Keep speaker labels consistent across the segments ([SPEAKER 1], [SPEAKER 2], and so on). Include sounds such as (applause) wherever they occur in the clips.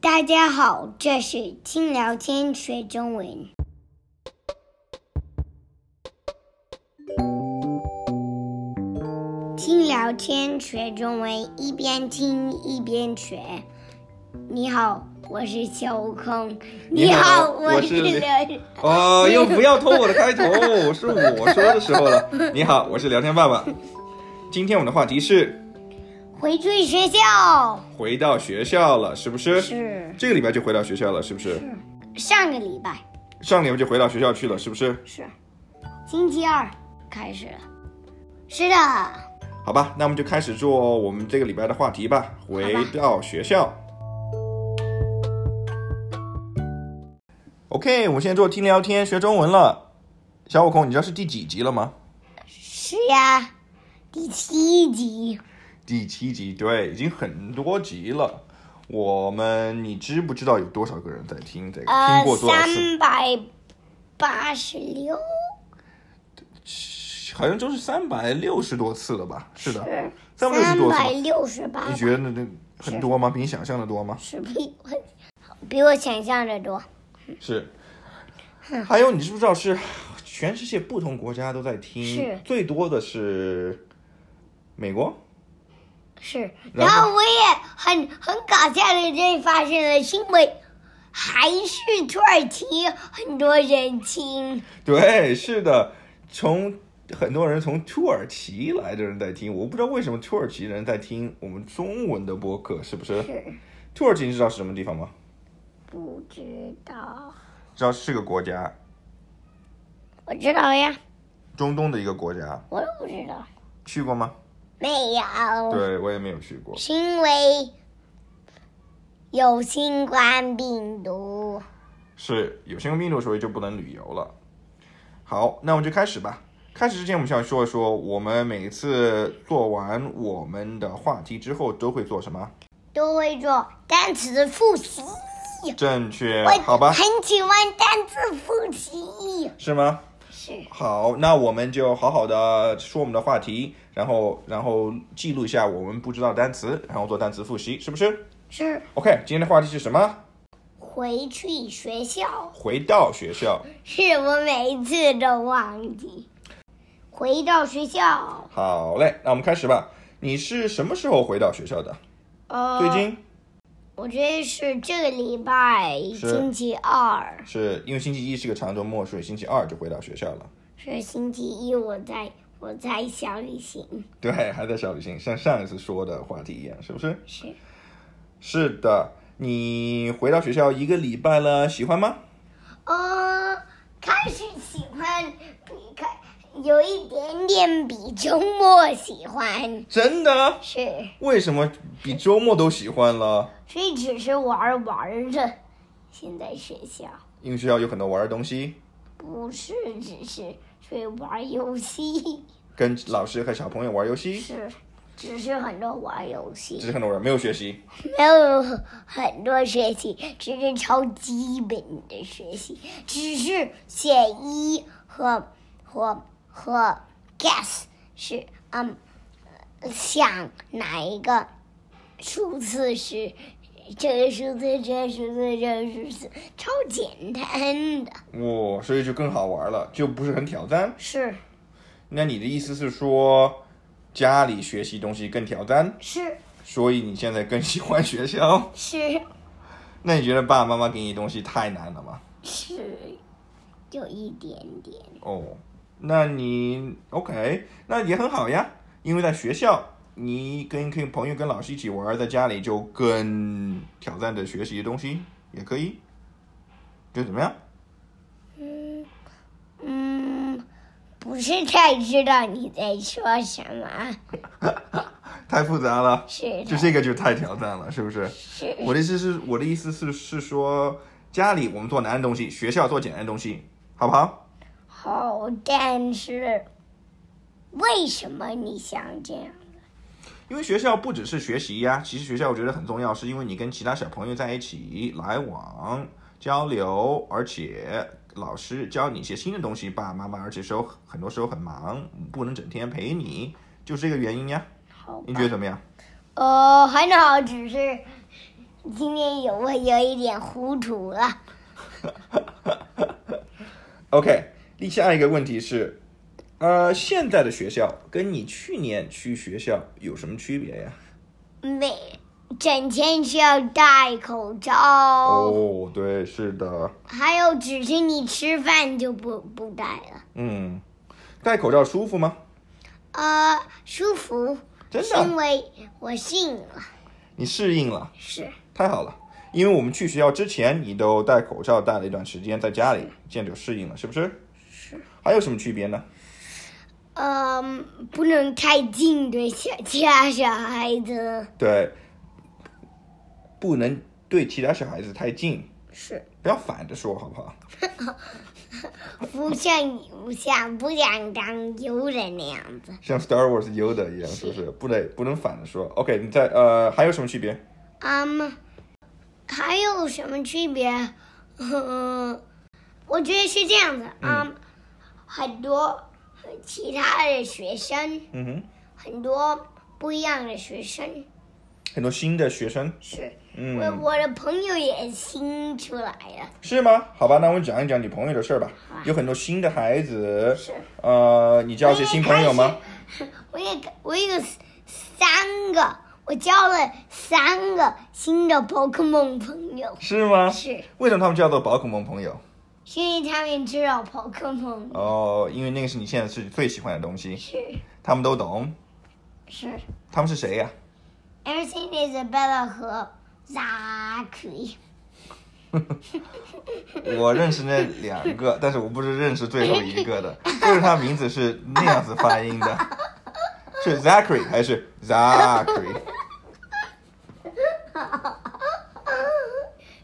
[SPEAKER 1] 大家好，这是轻聊天学中文。轻聊天学中文，一边听一边学。你好，我是小悟空。
[SPEAKER 2] 你
[SPEAKER 1] 好，
[SPEAKER 2] 好
[SPEAKER 1] 我
[SPEAKER 2] 我是
[SPEAKER 1] 刘
[SPEAKER 2] 刘。 (laughs) 哦，又不要偷我的开头， (laughs) 是我说的时候了。你好，我是聊天爸爸。今天我们的话题是
[SPEAKER 1] 回去学校
[SPEAKER 2] 回到学校了，是不是？
[SPEAKER 1] 是
[SPEAKER 2] 这个礼拜就回到学校了，是不是？
[SPEAKER 1] 上个礼拜，
[SPEAKER 2] 上礼拜就回到学校去了，是不是？
[SPEAKER 1] 是星期二开始了。是的，
[SPEAKER 2] 好吧，那我们就开始做我们这个礼拜的话题吧。回到学校。OK，我们现在做听聊天学中文了。小悟空，你知道是第几集了吗？
[SPEAKER 1] 是呀，第七集。
[SPEAKER 2] 第七集，对，已经很多集了。我们，你知不知道有多少个人在听这个？
[SPEAKER 1] 呃
[SPEAKER 2] 听过，多少次？
[SPEAKER 1] 三百八十六
[SPEAKER 2] 好像就是三百六十多次了吧？是的，
[SPEAKER 1] 是
[SPEAKER 2] 三百六十多次
[SPEAKER 1] 百
[SPEAKER 2] 吧。
[SPEAKER 1] 六十八
[SPEAKER 2] 你觉得那很多吗？比你想象的多吗？
[SPEAKER 1] 是比我比我想象的多。
[SPEAKER 2] 是。还有，你知不知道是全世界不同国家都在听
[SPEAKER 1] 是，
[SPEAKER 2] 最多的是美国。
[SPEAKER 1] 是，
[SPEAKER 2] 然
[SPEAKER 1] 然
[SPEAKER 2] 后
[SPEAKER 1] 后我也很很搞笑的，这发生了，是因为还是土耳其很多人听，
[SPEAKER 2] (laughs) 对，是的，从很多人从土耳其来的人在听，我不知道为什么土耳其人在听我们中文的播客，是不是？
[SPEAKER 1] 是
[SPEAKER 2] 土耳其你知道是什么地方吗？
[SPEAKER 1] 不知道，
[SPEAKER 2] 知道是个国家，
[SPEAKER 1] 我知道呀，
[SPEAKER 2] 中东的一个国家，
[SPEAKER 1] 我都不知道，
[SPEAKER 2] 去过吗？
[SPEAKER 1] 没有，
[SPEAKER 2] 对，我也没有去过。
[SPEAKER 1] 是因为有新冠病毒。
[SPEAKER 2] 是有新冠病毒，所以就不能旅游了。好，那我们就开始吧。开始之前，我们想说一说，我们每次做完我们的话题之后，都会做什么？
[SPEAKER 1] 都会做单词复习。
[SPEAKER 2] 正确
[SPEAKER 1] 我，
[SPEAKER 2] 哎好吧？
[SPEAKER 1] 很喜欢单词复习。
[SPEAKER 2] 是吗？
[SPEAKER 1] 是
[SPEAKER 2] 好，那我们就好好的说我们的话题，然后然后记录一下我们不知道的单词，然后做单词复习，是不是
[SPEAKER 1] 是，
[SPEAKER 2] ？OK，今天的话题是什么？
[SPEAKER 1] 回去学校，
[SPEAKER 2] 回到学校。
[SPEAKER 1] 是我每一次都忘记。回到学校，
[SPEAKER 2] 好嘞，那我们开始吧。你是什么时候回到学校的？
[SPEAKER 1] 呃，
[SPEAKER 2] 最近
[SPEAKER 1] 我这是这个礼拜
[SPEAKER 2] 是
[SPEAKER 1] 星期二，
[SPEAKER 2] 是因为星期一是个长周末，所以星期二就回到学校了。
[SPEAKER 1] 是星期一我在我在小旅行。
[SPEAKER 2] 对，还在小旅行，像上一次说的话题一样，是不是？
[SPEAKER 1] 是
[SPEAKER 2] 是的，你回到学校一个礼拜了，喜欢吗？
[SPEAKER 1] 呃，开始喜欢比开有一点点比周末喜欢。
[SPEAKER 2] 真的？
[SPEAKER 1] 是。
[SPEAKER 2] 为什么比周末都喜欢了？
[SPEAKER 1] 这只是玩儿玩儿的。现在学校
[SPEAKER 2] 因为学校有很多玩的东西，
[SPEAKER 1] 不是只是去玩儿游戏，
[SPEAKER 2] 跟老师和小朋友玩游戏，
[SPEAKER 1] 是只是很多玩儿游
[SPEAKER 2] 只
[SPEAKER 1] 戏，
[SPEAKER 2] 是很多人没有学习。
[SPEAKER 1] 没有很多学习，只是超基本的学习，只是写一和和和 guess 是嗯，想哪一个数字是。这个数字，这个数字，这个数字，超简单的。
[SPEAKER 2] 哇、所以就更好玩了，就不是很挑战。
[SPEAKER 1] 是
[SPEAKER 2] 那你的意思是说，家里学习东西更挑战，
[SPEAKER 1] 是
[SPEAKER 2] 所以你现在更喜欢学校？ (laughs)
[SPEAKER 1] 是
[SPEAKER 2] 那你觉得爸爸妈妈给你东西太难了吗？
[SPEAKER 1] 是，有一点点
[SPEAKER 2] 哦，那你 OK，那也很好呀，因为在学校你跟跟朋友、跟老师一起玩，在家里就更挑战着学习的东西也可以，就怎么样？
[SPEAKER 1] 嗯，不是太知道你在说什么。
[SPEAKER 2] 太复杂了，
[SPEAKER 1] 是
[SPEAKER 2] 就
[SPEAKER 1] 的，
[SPEAKER 2] 这个就太挑战了，是不是？
[SPEAKER 1] 是
[SPEAKER 2] 我的意思是，我的意思是是说，家里我们做难的东西，学校做简单的东西，好不好？
[SPEAKER 1] 好，但是为什么你想这样？
[SPEAKER 2] 因为学校不只是学习呀，其实学校我觉得很重要，是因为你跟其他小朋友在一起来往交流，而且老师教你一些新的东西，爸爸妈妈，而且时候很多时候很忙，不能整天陪你，就这个原因呀。
[SPEAKER 1] 好
[SPEAKER 2] 你
[SPEAKER 1] 吧哦
[SPEAKER 2] 觉，得怎么样？
[SPEAKER 1] 呃，很好，只是今天有我有一点糊涂了。
[SPEAKER 2] OK，立下一个问题是，呃，现在的学校跟你去年去学校有什么区别呀？
[SPEAKER 1] 每整天需要戴口罩，
[SPEAKER 2] 哦，对，是的，
[SPEAKER 1] 还有只是你吃饭就不不戴了。
[SPEAKER 2] 嗯，戴口罩舒服吗？
[SPEAKER 1] 呃，舒服，
[SPEAKER 2] 真
[SPEAKER 1] 是因
[SPEAKER 2] 的，
[SPEAKER 1] 为我信了，
[SPEAKER 2] 你适应了，
[SPEAKER 1] 是
[SPEAKER 2] 太好了。因为我们去学校之前，你都戴口罩戴了一段时间，在家里现在就适应了，是不是？
[SPEAKER 1] 是。
[SPEAKER 2] 还有什么区别呢？
[SPEAKER 1] 嗯、不能太近对小其他小孩子，
[SPEAKER 2] 对，不能对其他小孩子太近，
[SPEAKER 1] 是
[SPEAKER 2] 不要反着说，好不好？
[SPEAKER 1] 不像不像不想当优人那样子。
[SPEAKER 2] 像 Star Wars 优的一样，是不是？不能不能反着说。OK，你在呃还有什么区别？
[SPEAKER 1] 嗯，还有什么区别？嗯，我觉得是这样的，嗯，很多其他的学生，
[SPEAKER 2] 嗯哼，
[SPEAKER 1] 很多不一样的学生，
[SPEAKER 2] 很多新的学生，
[SPEAKER 1] 是我
[SPEAKER 2] 嗯，
[SPEAKER 1] 我的朋友也新出来了，
[SPEAKER 2] 是吗？好吧，那我讲一讲你朋友的事儿吧
[SPEAKER 1] 好啊。
[SPEAKER 2] 有很多新的孩子，
[SPEAKER 1] 是嗯
[SPEAKER 2] 呃，你交一些新朋友吗？
[SPEAKER 1] 我也我有三个，我交了三个新的宝可梦朋友，
[SPEAKER 2] 是吗？
[SPEAKER 1] 是
[SPEAKER 2] 为什么他们叫做宝可梦朋友？
[SPEAKER 1] 是因为他们知道宝可梦，
[SPEAKER 2] 哦，因为那个是你现在是最喜欢的东西，
[SPEAKER 1] 是
[SPEAKER 2] 他们都懂。
[SPEAKER 1] 是。
[SPEAKER 2] 他们是谁
[SPEAKER 1] (laughs)
[SPEAKER 2] 呀、
[SPEAKER 1] Everything Isabella 和 Zachary，
[SPEAKER 2] 我认识那两个，但是我不是认识最后一
[SPEAKER 1] (laughs)
[SPEAKER 2] 个的，就是他名字是那样子发音的，是 Zachary 还是 Zachary？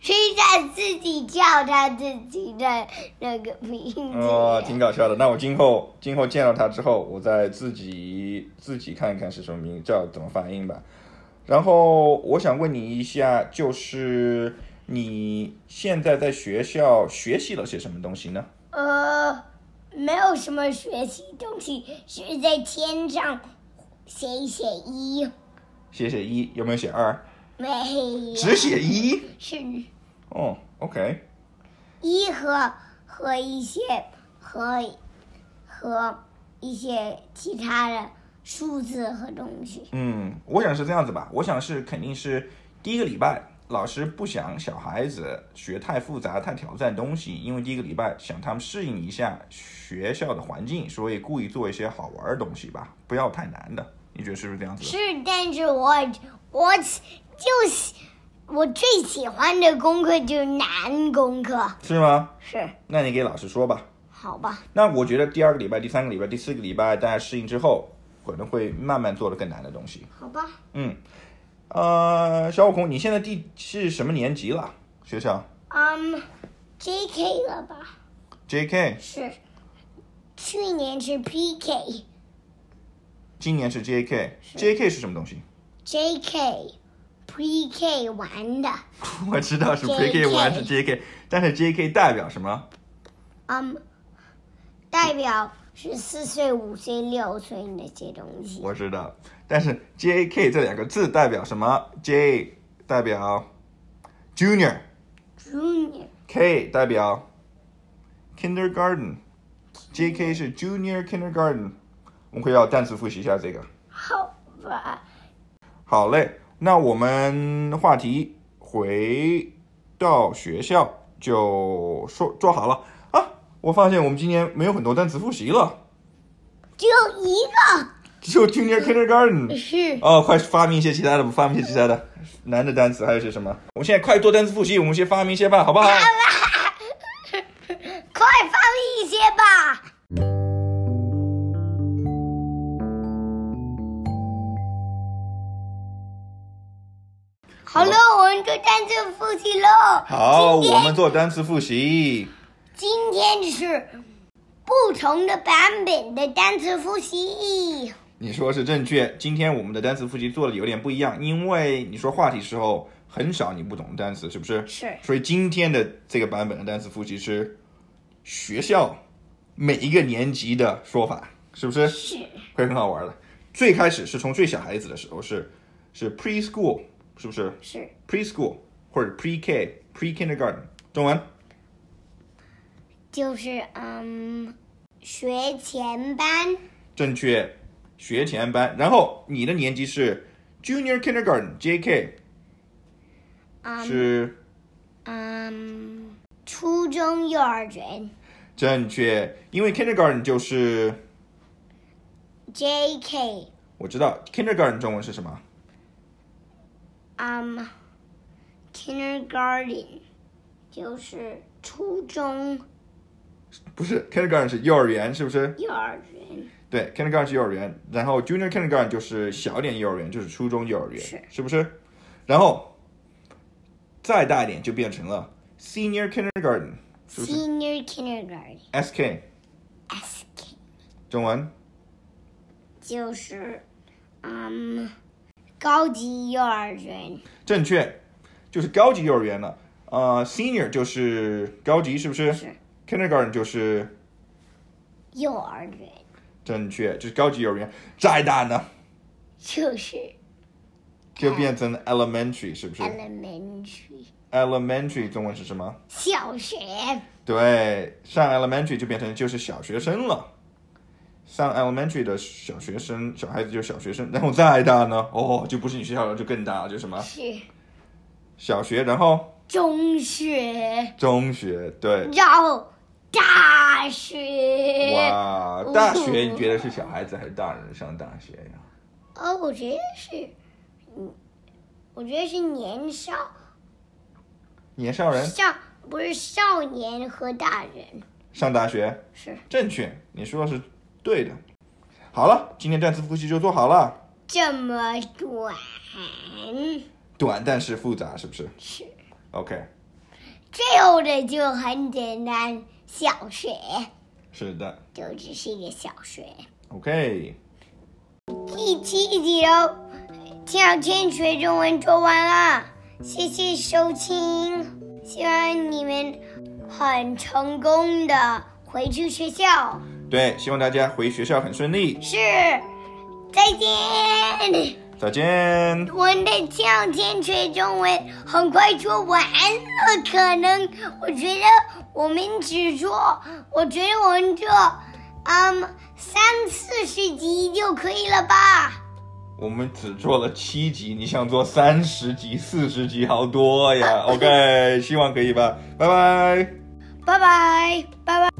[SPEAKER 1] 谁在自己叫他自己的那个名字？
[SPEAKER 2] 哦，挺搞笑的。那我今后今后见到他之后，我再自己自己看一看是什么名叫怎么发音吧。然后我想问你一下，就是你现在在学校学习了些什么东西呢？
[SPEAKER 1] 呃，没有什么学习东西，是在天上写一写一，
[SPEAKER 2] 写写一，有没有写二？
[SPEAKER 1] 没有
[SPEAKER 2] 只写一？
[SPEAKER 1] 是
[SPEAKER 2] 哦，OK，
[SPEAKER 1] 一和和一些和和一些其他的数字和东西。
[SPEAKER 2] 嗯，我想是这样子吧，我想是肯定是第一个礼拜，老师不想小孩子学太复杂、太挑战东西，因为第一个礼拜想他们适应一下学校的环境，所以故意做一些好玩的东西吧，不要太难的。你觉得是不是这样子？
[SPEAKER 1] 是，但是我我就喜我最喜欢的功课就是难功课，
[SPEAKER 2] 是吗？
[SPEAKER 1] 是
[SPEAKER 2] 那你给老师说吧。
[SPEAKER 1] 好吧？
[SPEAKER 2] 那我觉得第二个礼拜、第三个礼拜、第四个礼拜大家适应之后，可能会慢慢做的更难的东西。
[SPEAKER 1] 好吧，
[SPEAKER 2] 嗯，呃，小悟空，你现在第是什么年级了？学校
[SPEAKER 1] 嗯、j k 了吧？
[SPEAKER 2] J.K.，
[SPEAKER 1] 是，去年是 PK，JK
[SPEAKER 2] 今年是 J.K.，J.K. 是什么东西？
[SPEAKER 1] PK 玩的，
[SPEAKER 2] (laughs) 我知道是
[SPEAKER 1] JK
[SPEAKER 2] PK 玩是 JK，但是 JK 代表什么？
[SPEAKER 1] 嗯、代表是四岁、五岁、六岁那些东西，
[SPEAKER 2] 我知道，但是 JK 这两个字代表什么？J 代表 Junior，K
[SPEAKER 1] Junior
[SPEAKER 2] 代表 Kindergarten，JK 是 Junior Kindergarten。我们会要单词复习一下这个。
[SPEAKER 1] 好吧？
[SPEAKER 2] 好嘞，那我们话题回到学校就说做好了啊！我发现我们今年没有很多单词复习了，
[SPEAKER 1] 只有一个
[SPEAKER 2] 只有 Junior Kindergarten。
[SPEAKER 1] 是
[SPEAKER 2] 哦，快发明一些其他的，发明一些其他的难的单词，还有些什么？我们现在快做单词复习，我们先发明一些吧，好不好？
[SPEAKER 1] 快发明一些吧。好了，我们就单词复习喽。
[SPEAKER 2] 好，
[SPEAKER 1] 今
[SPEAKER 2] 我
[SPEAKER 1] 天
[SPEAKER 2] 们做单词复习。
[SPEAKER 1] 今天是不同的版本的单词复习。
[SPEAKER 2] 你说是正确。今天我们的单词复习做的有点不一样，因为你说话题时候很少你不懂的单词，是不是？
[SPEAKER 1] 是
[SPEAKER 2] 所以今天的这个版本的单词复习是学校每一个年级的说法，是不是？
[SPEAKER 1] 是
[SPEAKER 2] 会很好玩的。最开始是从最小孩子的时候是是 preschool，是不是
[SPEAKER 1] 是
[SPEAKER 2] ？preschool 或者 Pre K Pre Kindergarten 中文
[SPEAKER 1] 就是嗯，学前班
[SPEAKER 2] 正确，学前班。然后你的年级是 Junior Kindergarten J K
[SPEAKER 1] 啊，
[SPEAKER 2] 是
[SPEAKER 1] 嗯，初中幼儿园
[SPEAKER 2] 正确，因为 Kindergarten 就是。
[SPEAKER 1] J.K.
[SPEAKER 2] 我知道 kindergarten 中文是什么？
[SPEAKER 1] 嗯，kindergarten 就是初中
[SPEAKER 2] 不是 kindergarten 是幼儿园，是不是？
[SPEAKER 1] 幼儿园，
[SPEAKER 2] 对，kindergarten 是幼儿园，然后 junior kindergarten 就是小一点幼儿园，就是初中幼儿园，
[SPEAKER 1] 是
[SPEAKER 2] 不是？然后再大一点就变成了 senior kindergarten，是不是
[SPEAKER 1] senior kindergarten
[SPEAKER 2] SK
[SPEAKER 1] S.K.
[SPEAKER 2] 中文
[SPEAKER 1] 就是嗯，高级幼儿园
[SPEAKER 2] 正确，就是高级幼儿园了。呃，senior 就是高级，是不是
[SPEAKER 1] 是
[SPEAKER 2] k i n d e r g a r t e n 就是
[SPEAKER 1] 幼儿园
[SPEAKER 2] 正确，就是高级幼儿园。再大呢，
[SPEAKER 1] 就是
[SPEAKER 2] 就变成 elementary，是不是
[SPEAKER 1] elementary
[SPEAKER 2] ？elementary 中文是什么？
[SPEAKER 1] 小学
[SPEAKER 2] 对，上 elementary 就变成就是小学生了。上 elementary 的小学生，小孩子就是小学生，然后再大呢，哦，就不是你学校了，就更大了，就什么
[SPEAKER 1] 是
[SPEAKER 2] 小学，然后
[SPEAKER 1] 中学，
[SPEAKER 2] 中学，对，
[SPEAKER 1] 然后大学。
[SPEAKER 2] 哇，大学你觉得是小孩子还是大人上大学呀？
[SPEAKER 1] 哦，我觉得是，嗯，我觉得是年少
[SPEAKER 2] 年少人
[SPEAKER 1] 少，不是少年和大人，
[SPEAKER 2] 上大学，
[SPEAKER 1] 是
[SPEAKER 2] 正确，你说的是对的。好了，今天单词复习就做好了，
[SPEAKER 1] 这么短，
[SPEAKER 2] 短但是复杂，是不是
[SPEAKER 1] 是
[SPEAKER 2] ？OK，
[SPEAKER 1] 最后的就很简单，小学
[SPEAKER 2] 是的
[SPEAKER 1] 就只是一个小学，
[SPEAKER 2] ，OK，
[SPEAKER 1] 第七集喽，跳天学中文做完啦，谢谢收听，希望你们很成功的回去学校。
[SPEAKER 2] 对，希望大家回学校很顺利。
[SPEAKER 1] 是，再见。
[SPEAKER 2] 再见。
[SPEAKER 1] 我的跳天学中文很快说完了，可能我觉得我们只说，我觉得我们做，嗯，三四十集就可以了吧？
[SPEAKER 2] 我们只做了七集，你想做三十集、四十集，好多呀。OK，希望可以吧，拜拜。
[SPEAKER 1] 拜拜，拜拜。